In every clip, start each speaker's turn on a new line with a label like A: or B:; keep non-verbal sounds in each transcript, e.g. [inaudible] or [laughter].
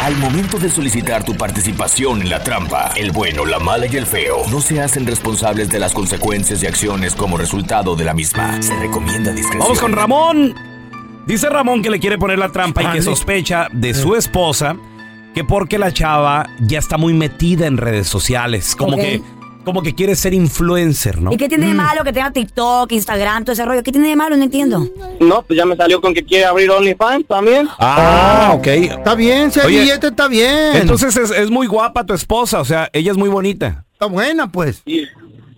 A: Al momento de solicitar tu participación en la trampa, el bueno, la mala y el feo no se hacen responsables de las consecuencias y acciones como resultado de la misma. Se recomienda discreción.
B: Vamos con Ramón. Dice Ramón que le quiere poner la trampa y que sospecha de su esposa que porque la chava ya está muy metida en redes sociales, como
C: Ok.
B: que como que quiere ser influencer, ¿no?
C: ¿Y qué
D: Mm.
C: tiene de malo que tenga TikTok, Instagram, todo ese rollo? ¿Qué tiene de malo? No entiendo.
E: No, pues ya me salió con que quiere abrir OnlyFans también.
B: Ah, ok.
D: Está bien, si hay
B: Oye,
D: billete, está bien.
B: Entonces es, es muy guapa tu esposa, o sea, ella es muy bonita.
D: Está buena, pues.
E: Sí,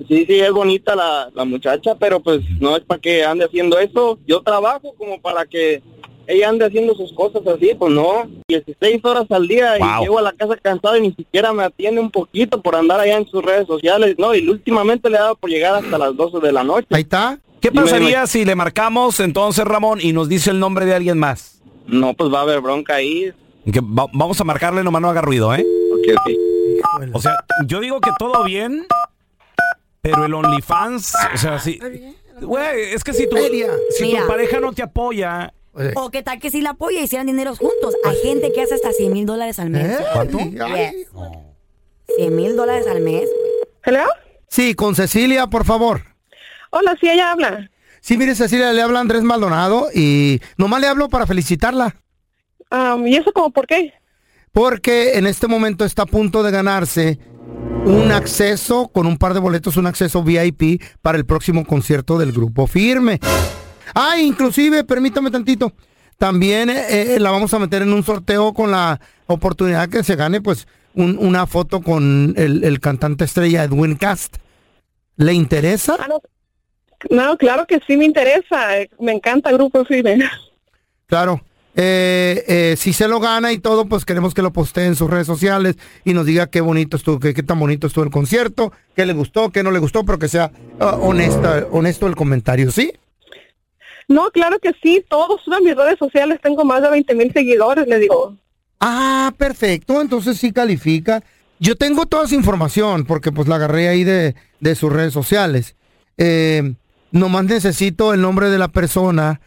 E: sí, sí, es bonita la, la muchacha, pero pues no es para que ande haciendo eso. Yo trabajo como para que ella ande haciendo sus cosas así, pues no. 16 horas al día
B: Wow.
E: y llego a la casa cansado y ni siquiera me atiende un poquito por andar allá en sus redes sociales. No, y últimamente le ha dado por llegar hasta las 12 de la noche.
D: Ahí está.
B: ¿Qué
E: Dime,
B: pasaría
E: güey.
B: si le marcamos entonces Ramón y nos dice el nombre de alguien más?
E: No, pues va a haber bronca ahí.
B: Que va- vamos a marcarle nomás no haga ruido, ¿eh?
E: Porque sí.
B: O sea, yo digo que todo bien, pero el OnlyFans, o sea, sí. Güey, es que si tu,
D: Feria.
B: si tu
C: Mira.
B: pareja no te apoya,
D: Oye.
C: O qué tal que si la apoya y hicieran dineros juntos. Hay gente que hace hasta 100 mil dólares al mes.
D: Pues ¿Eh? Ay.
C: 100 mil dólares al mes.
F: ¿Hello?
D: Sí, con Cecilia, por favor.
F: Hola, sí, ella habla.
D: Sí, mire, Cecilia, le habla Andrés Maldonado y nomás le hablo para felicitarla.
F: Am, ¿Y eso como por qué?
D: Porque en este momento está a punto de ganarse un acceso, con un par de boletos, un acceso VIP para el próximo concierto del grupo Firme. Ah, inclusive, permítame tantito, también eh, eh, la vamos a meter en un sorteo con la oportunidad que se gane, pues, un- una foto con el, el cantante estrella Edwin Cast. ¿Le interesa?
F: Ah, no. No, claro que sí me interesa. eh, Me encanta Grupo Firme. [laughs]
D: Claro. Eh, eh, si se lo gana y todo, pues queremos que lo postee en sus redes sociales y nos diga qué bonito estuvo, qué, qué tan bonito estuvo el concierto, qué le gustó, qué no le gustó, pero que sea ah, honesta, honesto el comentario, ¿sí?
F: No, claro que sí. Todos suben mis redes sociales. Tengo más de 20 mil seguidores, le digo.
D: Ah, perfecto, entonces sí califica. Yo tengo toda esa información porque pues la agarré ahí de, de sus redes sociales. Eh, nomás necesito el nombre de la persona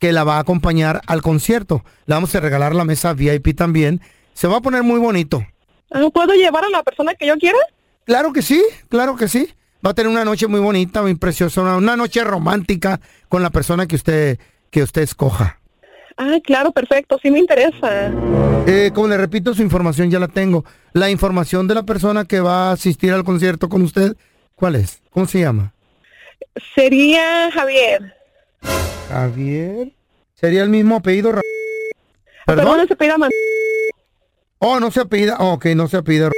D: que la va a acompañar al concierto. Le vamos a regalar la mesa VIP también. Se va a poner muy bonito.
F: Ah, ¿Puedo llevar a la persona que yo quiera?
D: Claro que sí, claro que sí. Va a tener una noche muy bonita, muy preciosa, una, una noche romántica con la persona que usted que usted escoja.
F: Ah, claro, perfecto. Sí me interesa.
D: Eh, como le repito, su información ya la tengo. La información de la persona que va a asistir al concierto con usted, ¿cuál es? ¿Cómo se llama?
F: Sería Javier.
D: Javier. Sería el mismo apellido. Ra-
F: Perdón,
D: ¿Perdón?
F: se pida más.
D: Oh, no se apellida. oh, ok, no se apellida. Ra-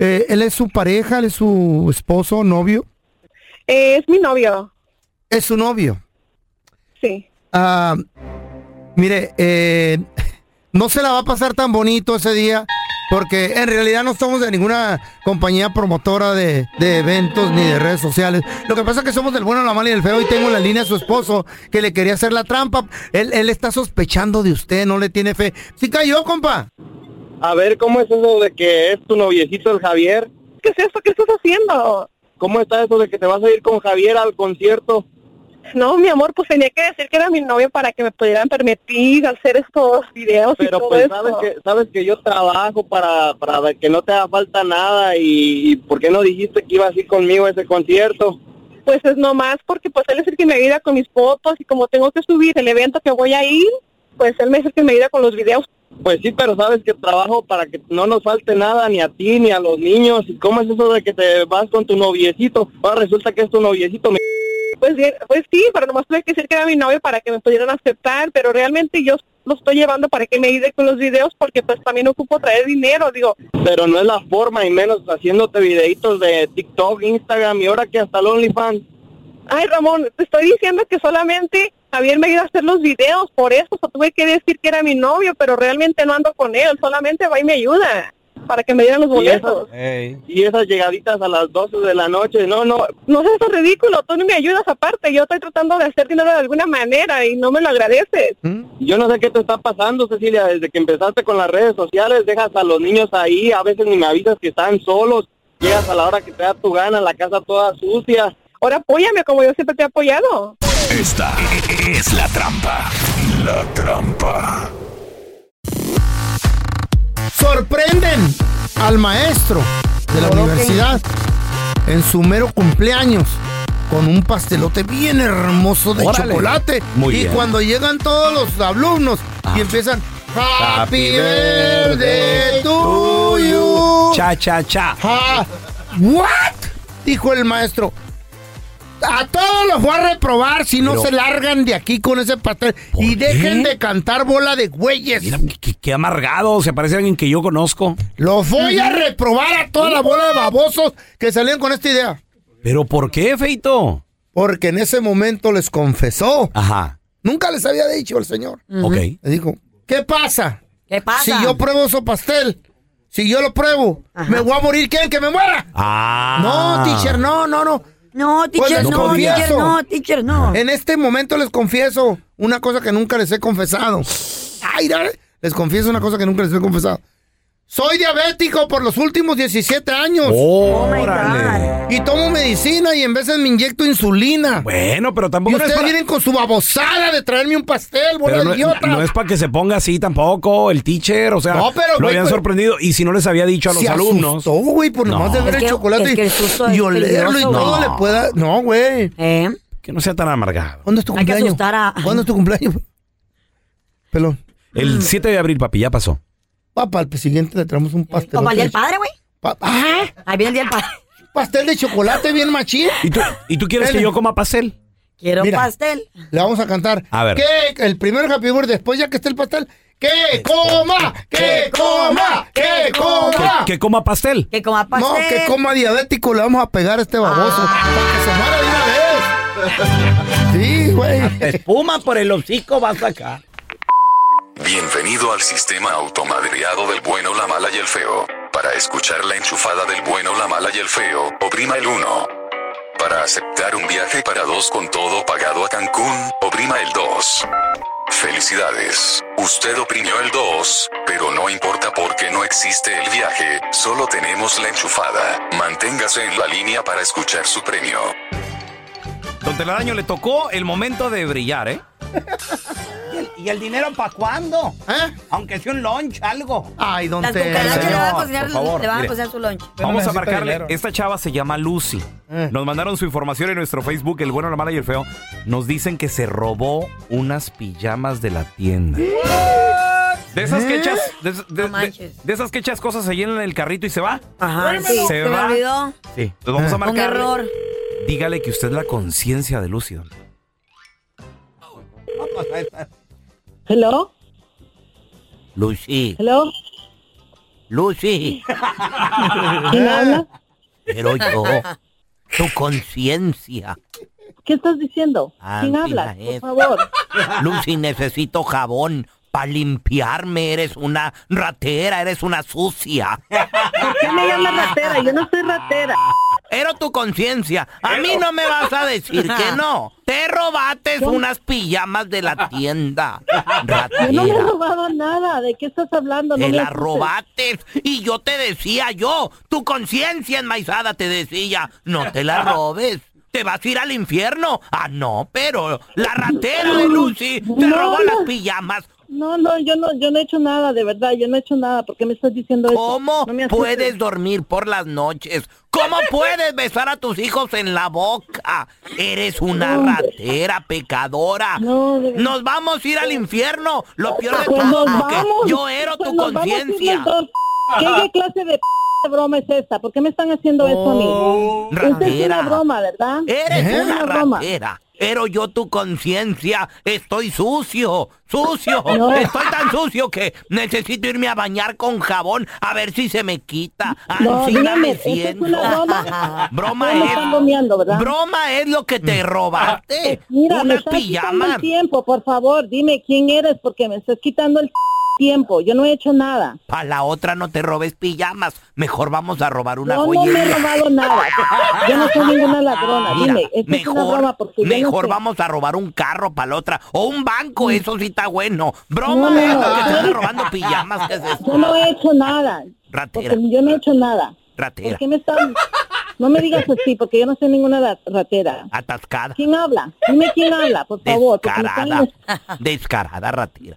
D: Eh, ¿Él es su pareja? ¿Él es su esposo, novio?
F: Eh, es mi novio.
D: Es su novio.
F: Sí.
D: Ah, mire, eh, no se la va a pasar tan bonito ese día porque en realidad no somos de ninguna compañía promotora de, de eventos ni de redes sociales. Lo que pasa es que somos del bueno, la mala y el feo y tengo en la línea a su esposo que le quería hacer la trampa. Él, él está sospechando de usted, no le tiene fe. Sí cayó, compa.
E: A ver, ¿cómo es eso de que es tu noviecito el Javier?
F: ¿Qué es esto? ¿Qué estás haciendo?
E: ¿Cómo está eso de que te vas a ir con Javier al concierto?
F: No, mi amor, pues tenía que decir que era mi novio para que me pudieran permitir hacer estos videos [laughs] y
E: Pero
F: todo
E: pues
F: eso.
E: sabes que, sabes que yo trabajo para, para que no te haga falta nada y, y ¿por qué no dijiste que ibas a ir conmigo a ese concierto?
F: Pues es nomás porque pues él es el que me ayuda con mis fotos y como tengo que subir el evento que voy a ir, pues él me es el que me ayuda con los videos.
E: Pues sí, pero sabes que trabajo para que no nos falte nada ni a ti ni a los niños. ¿Y cómo es eso de que te vas con tu noviecito? Ahora resulta que es tu noviecito. mi- [laughs]
F: Pues, bien, pues sí, pero nomás tuve que decir que era mi novio para que me pudieran aceptar, pero realmente yo lo estoy llevando para que me ayude con los videos porque pues también ocupo traer dinero, digo,
E: Pero no es la forma y menos haciéndote videitos de TikTok, Instagram y ahora que hasta el OnlyFans.
F: ay Ramón, te estoy diciendo que solamente Javier me ayuda a hacer los videos, por eso o sea, tuve que decir que era mi novio, pero realmente no ando con él, solamente va y me ayuda para que me dieran los
E: Y
F: boletos.
E: esas, y esas llegaditas a las 12 de la noche. No, no,
F: No seas tan ridículo, tú no me ayudas aparte, yo estoy tratando de hacer dinero de alguna manera y no me lo agradeces.
E: Yo no sé qué te está pasando, Cecilia, desde que empezaste con las redes sociales, dejas a los niños ahí, a veces ni me avisas que están solos, llegas a la hora que te da tu gana, la casa toda sucia.
F: Ahora apóyame como yo siempre te he apoyado.
G: Esta es la trampa. La trampa.
D: Sorprenden al maestro de la universidad en su mero cumpleaños con un pastelote bien hermoso de
B: Órale.
D: chocolate.
B: Muy
D: y
B: bien. Ah.
D: cuando llegan todos los alumnos y empiezan Happy birthday to you.
B: Cha, cha, cha.
D: Ah, ¿What? Dijo el maestro. A todos los voy a reprobar si no
B: Pero-
D: se largan de aquí con ese pastel
B: ¿Por
D: y dejen
B: qué?
D: de cantar bola de güeyes.
B: Mira, qué- qué, qué amargado. Se parece a alguien que yo conozco.
D: Los voy a reprobar a toda la bola de babosos que salieron con esta idea.
B: ¿Pero por qué, Feito?
D: Porque en ese momento les confesó.
B: Ajá.
D: Nunca les había dicho el señor.
B: Ok.
D: Le dijo, ¿qué pasa?
C: ¿Qué pasa?
D: Si yo pruebo ese pastel, si yo lo pruebo, ¿me voy a morir? ¿Quieren que me muera?
B: Ah.
D: No, teacher, no, no, no.
C: No, teacher,
D: Pues,
C: no,
D: confieso.
C: teacher, no, teacher, no.
D: En este momento les confieso una cosa que nunca les he confesado. Ay, no, les confieso una cosa que nunca les he confesado. Soy diabético por los últimos 17 años. Oh
B: Órale.
D: Y tomo medicina y en veces me inyecto insulina.
B: Bueno, pero
D: Y
B: tampoco no es
D: ustedes
B: para...
D: vienen con su babosada de traerme un pastel, bola
B: pero no,
D: de idiota.
B: no es para que se ponga así tampoco el teacher, o sea,
D: No, pero,
B: lo
D: güey,
B: habían
D: pues-
B: sorprendido y si no les había dicho a los
D: Se
B: alumnos.
D: asustó, güey, por pues nomás de ver
C: Es
D: el
C: que-
D: chocolate
C: es que el susto
D: y,
C: es
D: y olerlo y
C: peligroso,
D: todo
B: güey.
D: le pueda... No, güey.
C: ¿Eh?
B: Que no sea tan amargado.
D: ¿Cuándo es tu
C: Hay que
D: cumpleaños?
C: asustar a-
D: ¿Cuándo es tu
C: [laughs]
D: cumpleaños? Pelón.
C: Mm.
B: El 7 de abril, papi, ya pasó.
D: Papá, al siguiente le traemos un pastel.
C: ¿O para el día del padre, güey?
D: Pa- ¡Ah!
C: Ahí viene el día del padre.
D: Pastel de chocolate bien machín.
B: ¿Y tú, y tú quieres que yo coma pastel?
C: Quiero
D: Mira.
C: pastel.
D: Le vamos a cantar.
B: A ver.
D: Que el primer Happy Birthday, después ya que esté el pastel,
B: Este.
D: ¡que coma! ¡Que coma! ¡Que coma!
B: Que coma pastel.
C: Que coma
D: No,
C: pastel. Ah.
D: que coma diabético le vamos a pegar a este baboso. Para que se muera de una vez. Sí, güey.
B: Espuma por el hocico vas acá.
H: Bienvenido al sistema automadreado del bueno, la mala y el feo. Para escuchar la enchufada del bueno, la mala y el feo, oprima el 1. Para aceptar un viaje para dos con todo pagado a Cancún, oprima el 2. Felicidades, usted oprimió el 2, pero no importa porque no existe el viaje, solo tenemos la enchufada. Manténgase en la línea para escuchar su premio.
B: Don Telaraño le tocó el momento de brillar, ¿eh? ¿Y el, dinero para cuándo?
D: ¿Eh?
B: Aunque sea un lunch, algo.
D: Ay, don
C: Las
D: Tela.
C: cucarachas le van a
B: Señor,
C: cocinar,
B: por favor,
C: Ah, pues, le van a
B: mire.
C: cocinar su lunch.
B: Vamos a
D: necesito
B: marcarle.
D: dinero.
B: Esta chava se llama Lucy.
D: Eh.
B: Nos mandaron su información en nuestro Facebook, El Bueno, la Mala y el Feo. Nos dicen que se robó unas pijamas de la tienda. De esas que echas, de, de- de-
C: manches.
B: de esas que echas cosas se llenan en el carrito y se va.
C: Ajá, sí.
B: Se
C: Se, me
B: va.
C: olvidó.
B: Sí. Pues
D: Ah.
B: vamos a
C: Un
B: marcarle.
C: error.
B: Dígale que usted es la conciencia de Lucy, don.
I: [laughs]
J: [laughs]
F: Hello,
J: Lucy,
F: hello,
J: Lucy,
F: ¿quién habla?
J: pero yo,
F: [laughs]
J: tu conciencia.
F: ¿Qué estás diciendo?
J: Ah,
F: ¿Quién
J: sí,
F: habla?
J: la
F: Por
J: jefa.
F: favor.
J: Lucy, necesito jabón para limpiarme. Eres una ratera, eres una sucia.
F: ¿Por qué me llamas
J: Ah,
F: ratera? Yo no soy ratera.
J: Pero tu conciencia, a mí no me vas a decir que no. Te robaste unas pijamas de la tienda.
F: Yo no me he
J: Ratera.
F: robado nada. ¿De qué estás hablando? No
J: Te
F: me
J: la
F: asustes.
J: robaste y yo te decía yo, tu conciencia enmaizada te decía, no te la robes, te vas a ir al infierno. Ah, no, pero la ratera de Lucy te
F: No,
J: robó
F: no.
J: las pijamas
I: No, no, yo no, yo no he hecho nada, de verdad, yo no he hecho nada. ¿Por qué me estás diciendo eso?
J: ¿Cómo
I: No me asustes.
J: puedes dormir por las noches? ¿Cómo puedes besar a tus hijos en la boca? Eres una ratera, pecadora.
I: No, de-
J: Nos vamos a ir al infierno. Lo peor de
I: Pues nos
J: todo es que
I: vamos.
J: Ah, yo ero
I: pues
J: tu
I: nos vamos a ir los
J: conciencia.
I: dos. ¿Qué, qué clase de p- broma es esta? ¿Por qué me están haciendo eso a mí? Esta Este es
J: ratera.
I: una broma, ¿verdad?
J: Oh, Eres
I: Es
J: una
I: broma.
J: ratera. Pero yo tu conciencia. Estoy sucio,
I: [laughs]
J: sucio. Estoy tan sucio que necesito irme a bañar con jabón a ver si se me quita.
I: No,
J: Así
I: dígame,
J: me
I: ¿esta es
J: siento.
I: una
J: [laughs]
I: broma?
J: Broma
I: No me
J: es.
I: están bromeando, ¿verdad?
J: Broma es lo que te robaste.
I: Ah, Mira, me
J: Unas
I: estás quitando
J: pijamas.
I: el tiempo, por favor, dime quién eres porque me estás quitando el tiempo. Yo no he hecho nada.
J: Para la otra no te robes pijamas. Mejor vamos a robar una
I: Yo no me he
J: joyería.
I: robado nada. Yo no soy ninguna ladrona.
J: Mira,
I: Dime, esta es una
J: mejor,
I: broma porque yo
J: mejor
I: no sé. Mm.
J: vamos a robar un carro para la otra. O un banco, eso sí está bueno.
I: No,
J: Broma,
I: no,
J: es lo
I: no,
J: que
I: tú
J: estás
I: eres-
J: robando pijamas. ¿qué es esto?
I: Yo no he hecho nada.
J: Ratera.
I: Porque yo no he hecho nada.
J: Ratera.
I: ¿Por qué me están...? No me digas así, porque yo no soy ninguna ra- ratera.
J: Ah, Atascada.
I: ¿Quién habla? Dime quién habla, por favor. porque me están-
J: Descarada. Descarada ratera.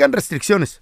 D: restricciones.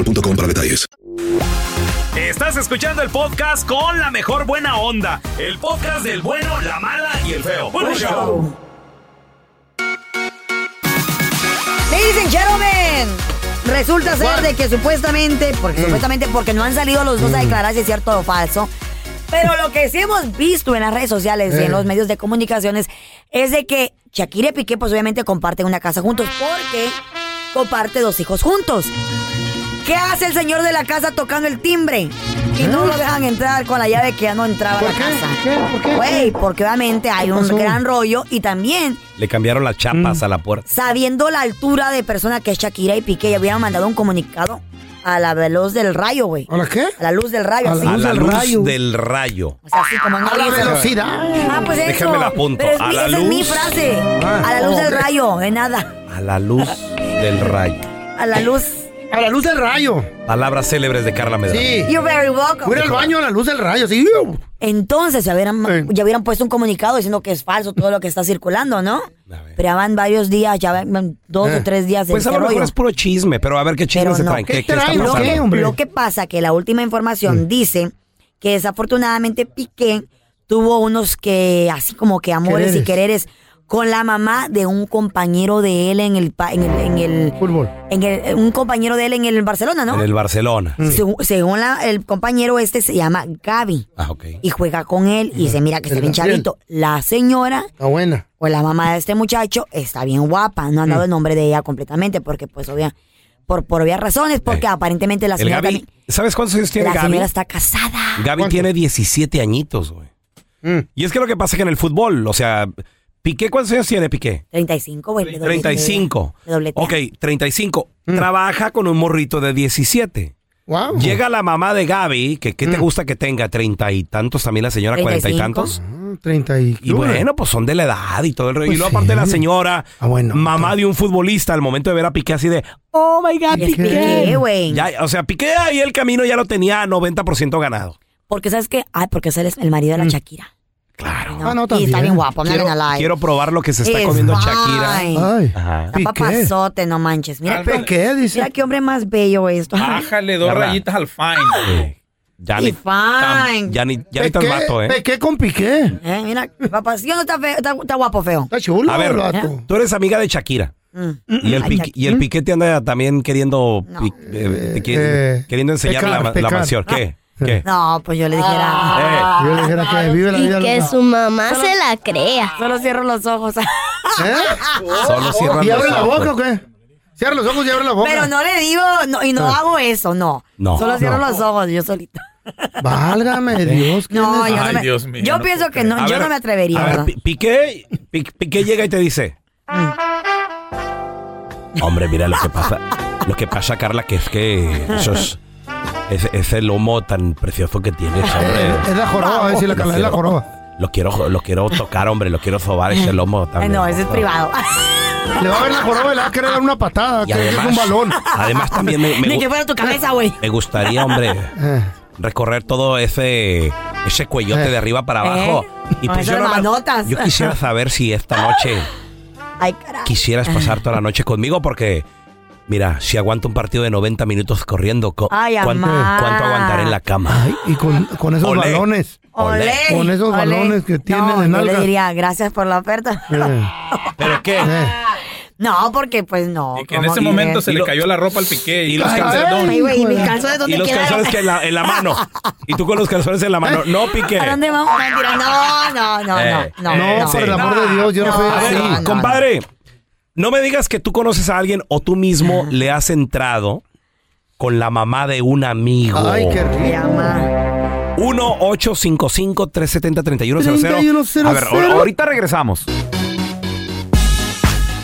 K: para detalles.
L: Estás escuchando el podcast con la mejor buena onda. El podcast del bueno, la mala y el feo. Bueno, show.
C: Ladies and gentlemen, resulta ser de que supuestamente,
D: Mm.
C: porque supuestamente porque no han salido los dos a declarar si es cierto o falso, pero lo que sí hemos visto en las redes sociales,
D: Eh.
C: y en los medios de comunicaciones, es de que Shakira y Piqué pues obviamente comparten una casa juntos porque comparte dos hijos juntos. ¿Qué hace el señor de la casa tocando el timbre? Y no lo dejan entrar con la llave que ya no entraba a la casa.
D: ¿Eh? ¿Por qué?
C: Güey, porque obviamente hay un gran rollo y también
L: Le cambiaron las
D: Mm.
L: chapas a la puerta.
C: sabiendo la altura de persona que es Shakira y Piqué, ya hubieran mandado un comunicado a la veloz del rayo, güey.
D: ¿A la qué?
C: A la luz del rayo,
D: A
C: así.
L: A la
D: del
L: luz
D: rayo.
L: del rayo.
C: O sea, así como en
D: A la
C: alguien se-
D: velocidad.
C: Ah, pues eso.
L: Déjame la apunto.
C: Pero es
L: A
C: mi-
L: la
C: esa es mi
L: luz.
C: frase.
D: Ah,
C: a la luz del rayo, de nada.
L: A la luz del rayo.
C: A la luz.
D: A la luz del rayo.
L: Palabras célebres de Carla Medrano.
D: Sí.
C: You're very welcome.
D: Fuera al baño a la luz del rayo. Sí.
C: Entonces ya hubieran,
D: Sí.
C: ya hubieran puesto un comunicado diciendo que es falso todo lo que está circulando, ¿no?
L: A ver.
C: Pero ya van varios días, ya van dos
D: Eh.
C: o tres días de
L: Pues a
C: este
L: lo mejor
C: rollo.
L: es puro chisme, pero a ver qué chisme
C: Pero
L: se
C: no.
L: traen. ¿Qué,
D: ¿Qué
L: qué está
D: traen?
C: Lo
L: pasando?
D: ¿Qué?
C: que,
D: hombre.
C: lo que pasa que la última información dice que desafortunadamente Piqué tuvo unos que, así como que amores y quereres con la mamá de un compañero de él en el... pa- En el, en el-
D: Fútbol.
C: en el- un compañero de él en el Barcelona, ¿no?
L: En el Barcelona.
C: Segu- según la- el compañero este se llama Gaby
L: Ah, ok.
C: y juega con él y dice, mira que está bien chavito. La señora
D: Está buena.
C: o la mamá de este muchacho está bien guapa. No han
L: Mm.
C: dado el nombre de ella completamente porque, pues, obvia, por, por obvias razones, porque
L: Eh.
C: aparentemente la
L: El
C: señora
L: Gaby,
C: también-
L: ¿Sabes cuántos años tiene
C: la
L: Gaby?
C: señora está casada.
L: Gaby
D: ¿Cuántos?
L: tiene 17 añitos, güey.
D: Mm.
L: Y es que lo que pasa es que en el fútbol, o sea, Piqué, ¿cuántos años tiene Piqué?
C: 35, güey. le doble-
L: 35.
C: le dobletea.
L: Ok, 35. Trabaja con un morrito de 17.
D: Wow.
L: Llega la mamá de Gaby, que ¿qué te gusta que tenga? Treinta y tantos también la señora, cuarenta y
C: 35.
L: tantos.
D: 30 Mm, y...
B: Y bueno, pues son de la edad y todo el rollo. y luego aparte la señora, mamá de un futbolista, al momento de ver a Piqué así de, Oh my God,
C: Piqué. Piqué, güey.
B: ya, o sea, Piqué ahí el camino ya lo tenía 90% ganado.
C: Porque sabes que, ay, porque es el, el marido de la Shakira. Claro.
B: Ah, no,
C: y está
B: también.
C: bien guapo, me
B: Mm. Quiero-
C: hagan a
B: quiero probar lo que se está comiendo Shakira. Ay. Ajá.
C: Está papazote, no manches. Mira,
B: Ándale.
D: ¿Qué dice?
C: Mira qué hombre más bello esto.
B: Bájale
M: dos rayitas
B: al fine. Ya ni,
C: Y fine.
B: tan- Ah. ya ni, ya ni tan
C: Pequé,
B: vato, ¿eh?
D: ¿Qué con Piqué?
C: Eh, mira, papacito no está, feo, está, está guapo, feo. ¿Eh?
D: Está chulo
B: A ver, tú eres amiga de Shakira. Y el,
C: Mm. Ay,
B: pique,
C: Shakira. Mm.
B: y el Piqué te anda también queriendo, pi- eh, te quiere-
D: eh,
B: queriendo enseñar
D: pecar,
B: la, la
D: pecar.
B: mansión. ¿Qué? ¿Qué?
C: No, pues yo le dijera.
B: Eh.
D: Yo le dijera que vive la vida
N: Ah. Y que
D: loca.
N: su mamá se la crea.
C: Solo cierro los ojos.
B: Solo
C: [laughs]
B: Ah, cierran
D: ¿Eh? ¿Y
B: los
D: abre la
B: ojos.
D: boca o qué? Cierra los ojos y abre la boca.
C: Pero no le digo, no, y no
D: Ah.
C: hago eso, no.
D: No.
C: Solo cierro
D: No.
C: los ojos, yo solita.
D: Válgame Dios. ¿quién
C: No,
D: es?
C: yo no me, yo pienso que no,
B: A
C: yo
B: ver,
C: no me atrevería,
B: a ver,
C: ¿verdad?
B: Pi- Piqué, Pi- Piqué llega y te dice. Hombre, mira lo que pasa. Lo que pasa, Carla, que es que esos, ese, ese lomo tan precioso que tienes, hombre.
D: Es la joroba, es la
B: Lo
D: Carla, es la
B: quiero-
D: joroba.
B: Lo quiero, lo quiero tocar, hombre, lo quiero sobar ese lomo
C: Ay,
B: también.
C: no, ese es privado.
D: Le va a ver la joroba y le va a querer dar una patada.
B: Y
D: que es
B: además-
D: un balón.
B: Además, también me, me
C: Ni
B: gu-
C: que fuera tu cabeza, güey.
B: me gustaría,
C: [laughs]
B: hombre,
C: Eh.
B: recorrer todo ese, ese cuellote de arriba para abajo. pues
C: Eh, con esas
B: yo, nomás-
C: manotas.
B: yo quisiera saber si esta noche
C: [laughs] Ay, carajo.
B: quisieras pasar toda la noche conmigo porque, mira, si aguanto un partido de 90 minutos corriendo, co-
C: Ay,
B: ¿cuánto,
C: amá.
B: cuánto aguantaré en la cama?
D: Y con, con esos
B: Olé.
D: balones.
C: Olé,
D: Con esos
C: olé.
D: balones que tienen
C: no,
D: en
C: yo le
D: algas.
C: diría, gracias por la oferta.
B: ¿Pero qué?
C: Eh. No, porque pues no.
M: Que en
C: ¿cómo
M: ese
C: crees?
M: momento se le cayó la ropa al piqué y,
B: y los
M: Ay,
B: calzones-
M: perdón.
C: Ay, güey, ¿y mis
D: Hijo de-
C: calzones dónde
B: Y los
C: quedaron?
B: calzones que en la, en la mano. Y tú con los calzones en la mano. No, pique.
C: ¿A dónde vamos? Mentira, no, no, no,
B: Eh,
C: no, no,
D: No,
C: no.
D: por el amor de Dios, yo no
C: No,
D: soy
C: no,
D: así.
C: no, no.
B: Compadre, no me digas que tú conoces a alguien o tú mismo le has entrado con la mamá de un amigo.
D: Ay, qué
C: Mi
D: rico.
C: mamá.
B: 1-855-370-3100. A ver, ahor- ahorita regresamos.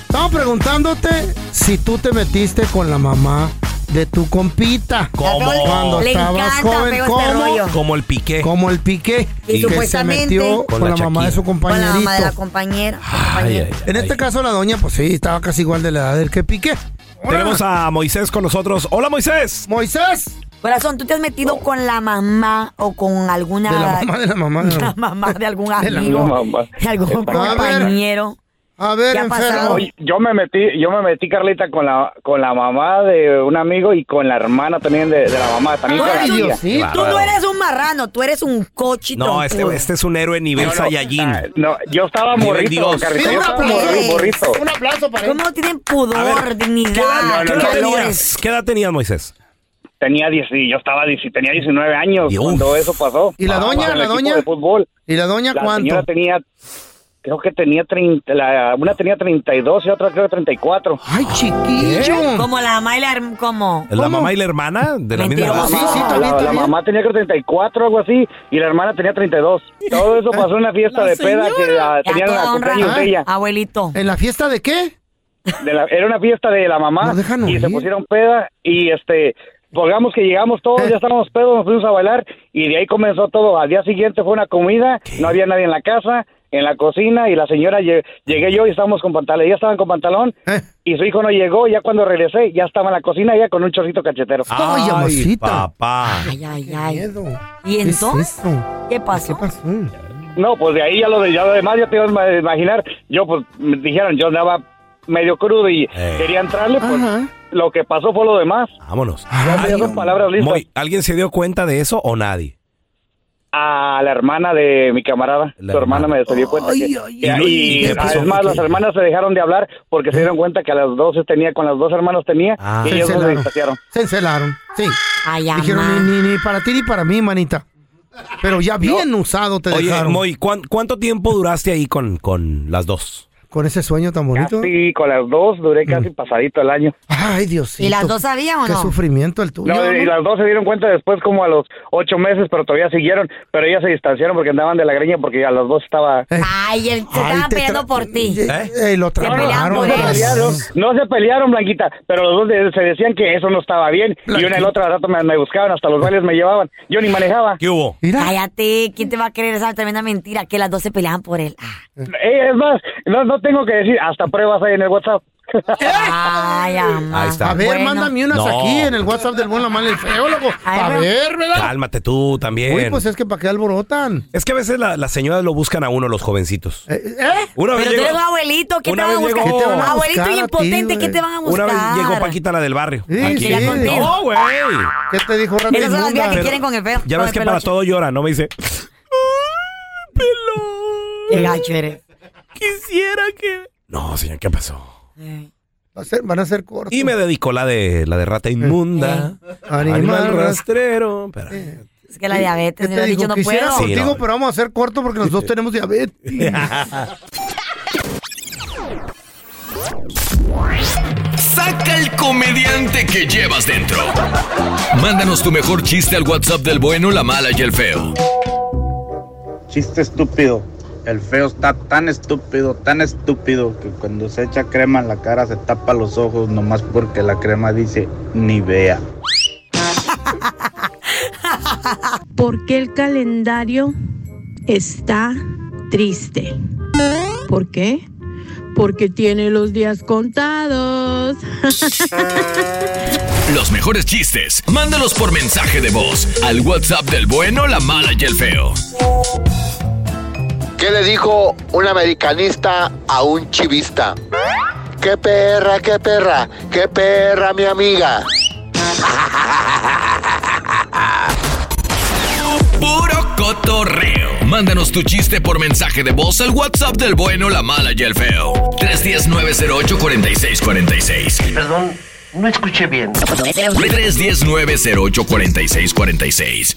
D: Estamos preguntándote si tú te metiste con la mamá de tu compita.
B: ¿Cómo?
D: Cuando
C: Le
D: estabas
C: encanta,
D: joven,
C: feo este rollo.
D: como,
B: Como el piqué.
D: como el piqué
C: Y
D: que se
C: supuestamente-
D: metió
B: Con
D: con,
B: la
D: la, mamá
B: Shakira.
D: de su
C: Con la
D: compañerito.
C: mamá de la compañera.
B: Ay, ay,
D: en
B: ay.
D: este caso la doña, pues sí, estaba casi igual de la edad del que piqué. Hola,
B: Tenemos a Moisés con nosotros. Hola, Moisés.
D: Moisés.
C: Corazón, ¿tú te has metido con la mamá o con alguna...
D: De la mamá de la mamá.
C: [laughs]
D: de la-
C: mamá de algún
D: Ah, [laughs] De la
C: amigo,
O: mamá.
C: de algún
D: A ver.
C: compañero.
D: A ver,
C: ¿Qué ha
D: enfermo.
C: pasado?
O: Oye, Yo me metí, yo me metí Carlita con la con la mamá de un amigo y con la hermana también de, de la mamá, también con la
D: Ay,
O: tía.
D: Diosito.
C: Tú no eres un marrano, tú eres un cochito.
B: No, este, este es un héroe nivel Saiyajin.
O: Ah, No, yo estaba
B: Nivel
O: morrito,
B: Dios.
O: Carlita, yo
D: Un
O: estaba
C: Mira, pues.
O: morri- morrito.
D: aplauso. Un aplauso para él.
C: ¿Cómo tienen pudor,
B: ¿Qué edad,
C: dignidad,
B: qué edad
C: valores?
B: tenías? ¿Qué edad tenías, Moisés?
O: Tenía 10, y yo estaba 10, tenía 19 años
B: Y uf.
O: cuando eso pasó.
D: ¿Y la
O: Estaba
D: doña,
O: en el
D: la
O: equipo
D: doña?
O: De fútbol.
D: ¿Y la doña
O: La
D: cuánto?
O: señora tenía creo que tenía 30, la, una tenía 32 y ¿Eh? otra creo que 34.
D: Ay, chiquillo.
C: Como la mamá y la herm- como.
B: ¿La mamá y la hermana de la misma
C: Mentiroso.
B: edad?
D: Sí, sí,
O: Ah, la,
D: también,
O: la
D: también.
O: mamá tenía creo 34 algo así y la hermana tenía 32. Todo eso pasó en una fiesta de peda que ah,
C: Ya
O: tenían la
C: toda
O: cumpleaños
C: honra,
O: de ella.
C: abuelito.
D: ¿En la fiesta de qué?
O: de la- era una fiesta de la mamá
D: No dejan
O: y se
D: oír.
O: pusieron peda y este pongamos que llegamos
D: Eh.
O: todos, ya estábamos pedos, nos fuimos a bailar y de ahí comenzó todo. Al día siguiente fue una comida, no había nadie en la casa, en la cocina y la señora lle- llegué yo y estábamos con pantalón, ella estaban con pantalón
D: Eh.
O: y su hijo no llegó, ya cuando regresé ya estaba en la cocina ella con un chorcito cachetero.
D: Ay,
B: Ay,
D: amorcita.
B: papá.
C: Ay, ay,
D: Qué
C: ay.
D: miedo.
C: ¿Y
D: ¿Qué es
C: entonces?
D: eso?
C: ¿Qué
D: ¿Qué
C: pasó?
D: pasó?
O: No, pues de ahí ya lo, de, ya lo demás ya te ibas a imaginar. Yo, pues, me dijeron, yo andaba medio crudo y
B: Eh.
O: quería entrarle, pues,
D: Ajá.
O: lo que pasó fue lo demás.
B: Vámonos.
O: Ya tenía sus Ah, palabras listas
B: Moy, ¿Alguien se dio cuenta de eso o nadie?
O: a la hermana de mi camarada.
B: La
O: Su hermana
B: hermana.
O: me dio cuenta.
B: Ay,
O: que-
B: ay,
O: que-
B: ay,
O: y
B: ¿qué pasó?
O: es más, las hermanas se dejaron de hablar porque se dieron cuenta que a las dos tenía, con las dos hermanas tenía,
B: Ah.
O: y
D: Se
O: ellos se
D: encelaron.
O: distanciaron.
D: Se encelaron. Sí.
C: Ay,
D: Dijeron,
C: amá.
D: ni, ni, ni para ti ni para mí, manita. Pero ya bien usado te
B: Oye,
D: dejaron.
B: Moy, ¿cuán- ¿cuánto tiempo duraste ahí con, con las dos?
D: con ese sueño tan bonito.
O: Sí, con las dos
B: Mm.
O: duré casi pasadito el año.
D: Ay, Dios
C: ¿Y las dos sabían o
D: Qué
C: no?
D: sufrimiento el tuyo.
O: No, y las dos se dieron cuenta después como a los ocho meses, pero todavía siguieron, pero ellas se distanciaron porque andaban de la greña porque a las dos estaba...
C: Ay, él se estaba peleando por ti.
B: ¿Eh?
D: Ey, Eh, lo
C: Se peleaban
D: trabajaron. pues.
C: por
O: No,
C: él.
O: pelearon, no se pelearon, Blanquita, pero los dos de- se decían que eso no estaba bien. Y una y la otra al rato me, me buscaban, hasta los bailes me llevaban. Yo ni manejaba.
B: ¿Qué hubo?
C: Cállate, ¿quién te va a creer esa tremenda mentira? Que las dos se peleaban por él. Ah,
D: Eh,
O: es más, no, no tengo que decir, hasta pruebas hay en el WhatsApp. [laughs]
C: Ay, ama.
B: Ahí está.
D: A ver,
B: Bueno.
D: mándame unas
B: No.
D: aquí en el WhatsApp del buen, la mala y el feo, loco. A ver, ¿verdad?
B: Cálmate tú también.
D: Uy, pues es que para qué alborotan.
B: Es que a veces la- las señoras lo buscan a uno, los jovencitos.
D: ¿Eh?
B: Una vez
C: Pero tú
B: llegó-
C: eres un abuelito, ¿qué te
B: una
C: van a
B: vez
C: buscar?
B: llegó- ¿Qué te van a
C: abuelito
B: buscar a ti,
C: impotente, ¿qué
B: güey?
C: te van a
B: Una
C: buscar?
B: vez llegó Paquita la del barrio.
D: Sí,
B: Aquí.
D: sí.
B: No, güey.
D: ¿Qué te dijo Randy?
C: Esas son las viejas que
B: Pero-
C: quieren con el feo.
B: Ya
C: con
B: ves
C: el
B: que para
C: peluche.
B: todo llora, ¿no? Me dice,
C: Qué gacho eres.
B: Quisiera que... no, señor, ¿qué pasó?
D: Va a ser- Van a ser cortos.
B: Y me dedicó la de la de rata inmunda. Animal rastrero. Pero-
C: Es que la diabetes,
D: eh,
C: me
D: ¿Qué
C: lo
D: te
C: han
D: dijo?
C: dicho, no
D: Quisiera
C: puedo.
B: Sí,
D: contigo,
B: no.
D: pero vamos a hacer corto porque los dos tenemos diabetes.
B: [laughs]
A: Saca el comediante que llevas dentro. Mándanos tu mejor chiste al WhatsApp del bueno, la mala y el feo.
P: Chiste estúpido. El feo está tan estúpido, tan estúpido, que cuando se echa crema en la cara se tapa los ojos nomás porque la crema dice ni vea.
Q: [laughs] ¿Por qué el calendario está triste? ¿Por qué? Porque tiene los días contados. [laughs]
A: Los mejores chistes, mándalos por mensaje de voz al WhatsApp del bueno, la mala y el feo.
R: ¿Qué le dijo un americanista a un chivista? ¡Qué perra, qué perra! ¡Qué perra, mi amiga!
A: Puro cotorreo. Mándanos tu chiste por mensaje de voz al WhatsApp del bueno, la mala y el feo. 319-08-4646. Perdón, no escuché bien. 319-08-4646.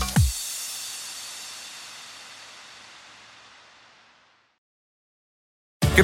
S: ¿Qué